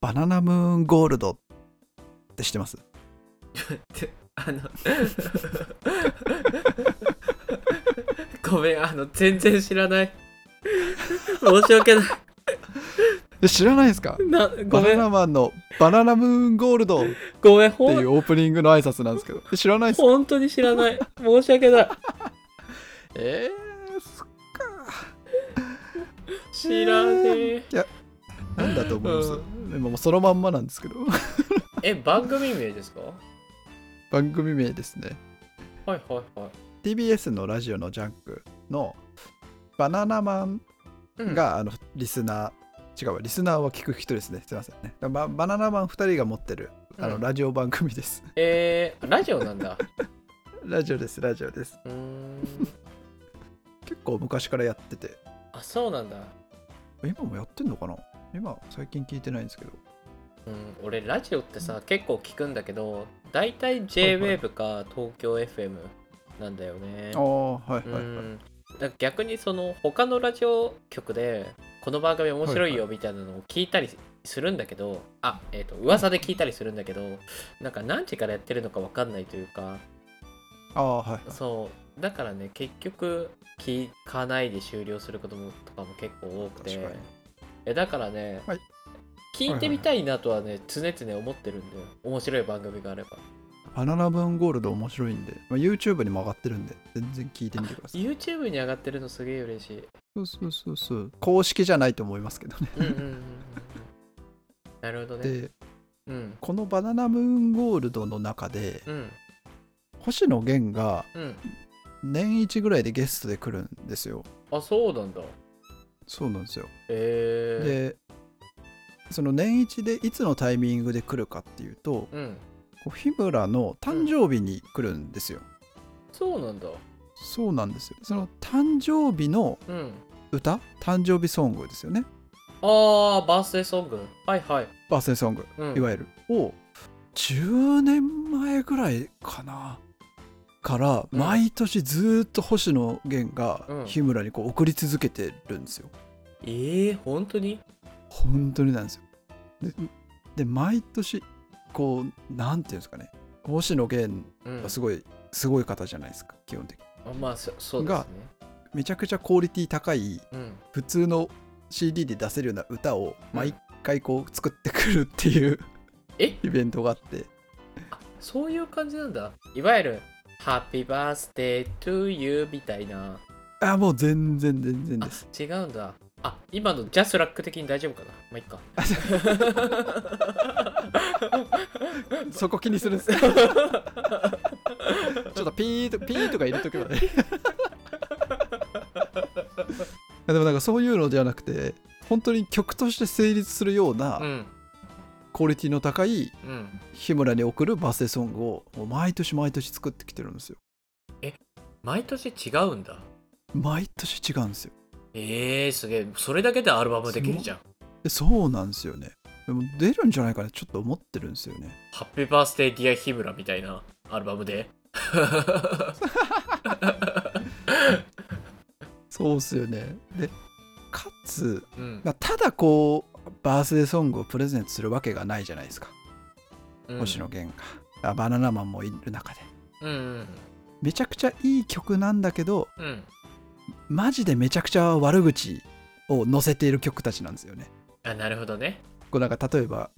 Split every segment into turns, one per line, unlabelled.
バナナムーンゴールドって知ってます
あのごめんあの全然知らない申し訳ない
え知らないですか
な
バ
ごめ
ナ
ん
ナマンのバナナムーンゴールドって
ごめんほ
い
ん
うオープニングの挨拶なんですけどえ知らないですか
本当に知らない申し訳ない
えー、そっか
知らねえ
なんだと思います、
うん
でももうそのまんまなんですけど
え番組名ですかは
番組名ですね
いはいはい
TBS のラジオのジャンクのバナナマン
うん
が、あのリスナー違うわリスナーは聞く人ですねすいませんねババナナマン2人が持ってるあの、
うん
ラジオ番組です、
えー、ラジオなんだ
ラジオですラジオです
うーん
結構昔からやってて
あそうなんだ
今もやってんのかな今最近聞いてないんですけど
うん、俺ラジオってさ結構聞くんだけど大体 JWAVE か東京 FM なんだよね、
ああはいは
う
いはい
んだから逆にその他のラジオ局でこの番組面白いよみたいなのを聞いたりするんだけど、あえっ、と噂で聞いたりするんだけどなんか何時からやってるのか分かんないというか
ああはいはい
そうだからね結局聞かないで終了することもとかも結構多くて
確かに
えだからね、
はい
聞いてみたいなとはね常々思ってるんだよ面白い番組があれば
バナナマンゴールド面白いんで、まあ、YouTube にも上がってるんで全然聞いてみてください
YouTube に上がってるのすげえ嬉しい
そうそうそうそう公式じゃないと思いますけどね
うんうんうんう んうんなるほどね
で
うん
このバナナムーンゴールドの中で
うん
星野源が
うん
年一ぐらいでゲストで来るんですよ
あそうなんだ
そうなんですよ
え
でその年一でいつのタイミングで来るかっていうと
えうん
こう日村の誕生日に来るんですよ、
そうなんだ
そうなんですよその誕生日の
うん
歌誕生日ソングですよね
ああバースデーソングはいはい、
バースデーソング
うん、
いわゆる、を10年前ぐらいかなから
うん
毎年ずーっと星野源
う
が
ん
日村にこう送り続けてるんですよ
ええ本当に
本当になんですよ。でで毎年こうなんていうんですかね星野源
うん
はすごい、すごい方じゃないですか基本的に
あまあそそうですね
めちゃくちゃクオリティ高い
うん
普通の CD で出せるような歌を
うん
毎回こう作ってくるっていう
え
イベントがあって
そういう感じなんだいわゆる「ハッピーバースデートゥーユー」みたいな
あもう全然全然
あ
です
違うんだあ今のジャスラック的に大丈夫かなまあいっか
そこ気にす るんですちょっとピーとピーとか入れとけばねでもなんかそういうのではなくて本当に曲として成立するような、
うん
クオリティの高い
うん
日村に送るバースデーソングをもう毎年毎年作ってきてるんですよ
毎年違うんだ
毎年違うんですよ
えー、すげえそれだけでアルバムできるじゃん
でそうなんですよねでも出るんじゃないかなちょっと思ってるんですよね
ハッピーバースデーディア日村みたいなアルバムで
そうっすよねでかつ
うん
まあただこうバースデーソングをプレゼントするわけがないじゃないですか
うん
星野源が、あバナナマンもいる中で
うんうん
めちゃくちゃいい曲なんだけど
うん
マジでめちゃくちゃ悪口を載せている曲たちなんですよね
あなるほどね
こうなんか例えば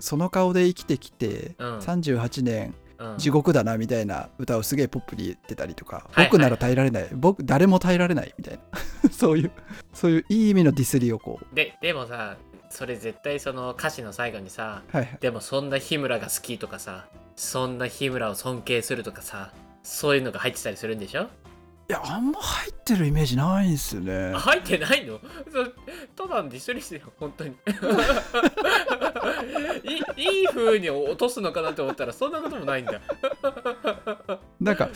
その顔で生きてきて
うん
38年
うん
地獄だなみたいな歌をすげえポップに言ってたりとか、
はい
僕なら耐えられない僕誰も耐えられないみたいな そういうそういういい意味のディスりをこう
ででもさそれ絶対その歌詞の最後にさ
はいはい
でもそんな日村が好きとかさそんな日村を尊敬するとかさそういうのが入ってたりするんでしょ
いやあんま入ってるイメージないんですよね
あ入ってないの そただのディスリスよ本当に いいい風に落とすのかなと思ったらそんなこともないんだ
なんか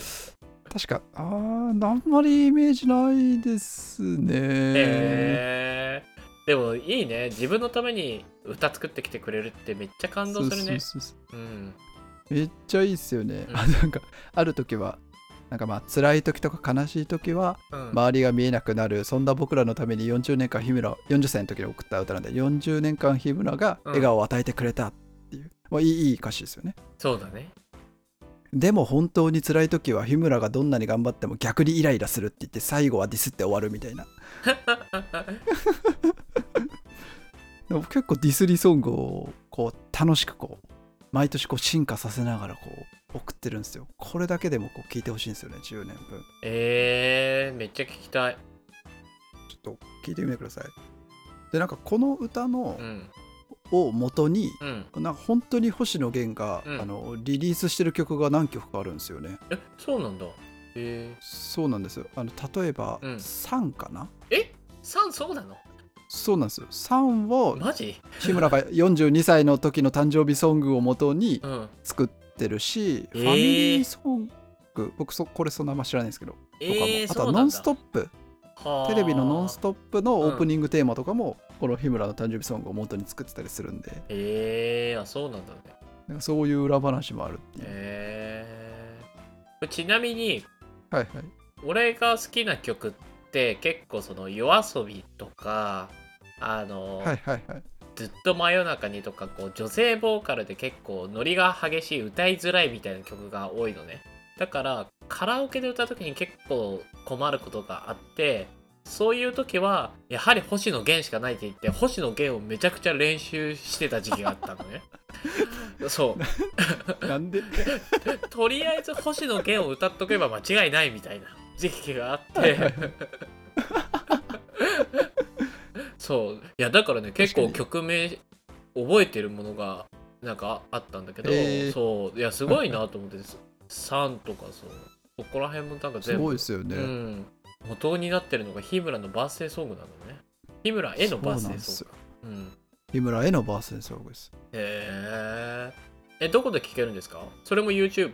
確かあーあんまりイメージないですね、
へえでもいいね自分のために歌作ってきてくれるってめっちゃ感動するね
そうそうそう
うん
めっちゃいいっすよね、
うん
あなんかある時はなんかまあ辛い時とか悲しい時は
うん
周りが見えなくなるそんな僕らのために40年間日村を40歳の時に送った歌なんで40年間日村が笑顔を与えてくれたっていう、まあ、いいいい歌詞ですよね
そうだね
でも本当に辛い時は日村がどんなに頑張っても逆にイライラするって言って最後はディスって終わるみたいなでも結構ディスリソングをこう楽しくこう毎年こう進化させながらこう送ってるんですよこれだけでもこう聞いてほしいんですよね10年分
えー、めっちゃ聞きたい
ちょっと聞いてみてくださいでなんかこの歌の
うん
を元に
うん
なんか本当に星野源が、
うん
あのリリースしてる曲が何曲かあるんですよね
えそうなんだえ
そうなんですよあの例えば
うん
3かな、
ー、えサンそうなの
そうなんですよ3を
マジ
志村 が42歳の時の誕生日ソングを元に
うん
作ってるし、
えー
ファミリーソング僕そこれそんなあんま知らないんですけど、
え
とかもあと
ー、
は「ノンスト
ッ
ップ」
プ
テレビの「ノンス
トッ
トップ」
プ
のオープニングテーマとかも、この日村の誕生日ソングを元に作ってたりするんで
えー、あそうなんだね
なんかそういう裏話もあるっていう、
えー、ちなみに
はいはい
俺が好きな曲って結構その夜遊びとかあの、
はいはいはい
ずっと真夜中にとかこう女性ボーカルで結構ノリが激しい歌いづらいみたいな曲が多いのねだからカラオケで歌う時に結構困ることがあってそういう時はやはり星野源しかないって言って星野源をめちゃくちゃ練習してた時期があったのねそう
なんで
とりあえず星野源を歌っとけば間違いないみたいな時期があっ
はいはい
てそういやだからね結構曲名覚えてるものがなんかあったんだけど、
えー
そういやすごいなと思って「さん」とかそうここら辺もなん か
す
全
ごい
部
ですよね、
うん、元になってるのが日村のバースデーソングなのね日村へのバースデー
そ
ソ
う
ングうん
日村へのバースデーソングです
へええどこで聴けるんですかそれも YouTube?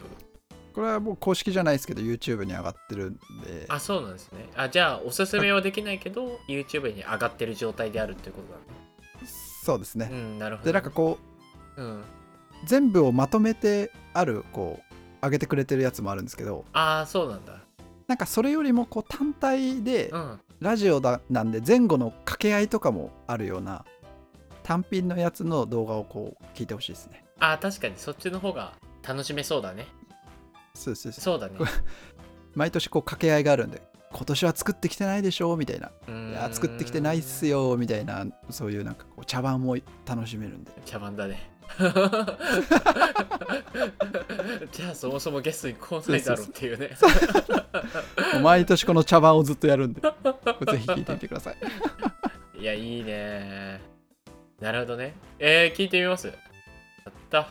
これはもう公式じゃないですけど YouTube に上がってるんで
あそうなんですねあじゃあおすすめはできないけど YouTube に上がってる状態であるっていうことだね
そうですね、
うんなるほど
でなんかこう
うん
全部をまとめてあるこう上げてくれてるやつもあるんですけど
ああそうなんだ
なんかそれよりもこう単体で
うん
ラジオだなんで前後の掛け合いとかもあるような単品のやつの動画をこう聞いてほしいですね
あー確かにそっちの方が楽しめそうだね
そうですそうです
そうだね
毎年こう掛け合いがあるんで今年は作ってきてないでしょみたいな
うー
い
ん
や作ってきてないっすよみたいなそういうなんかこう茶番も楽しめるんで
茶番だ ねじゃあそもそもゲストに来ないだろうっていうね
もう毎年この茶番をずっとやるん でぜひ聞いてみてください
いやいいねなるほどねえー、聞いてみますやった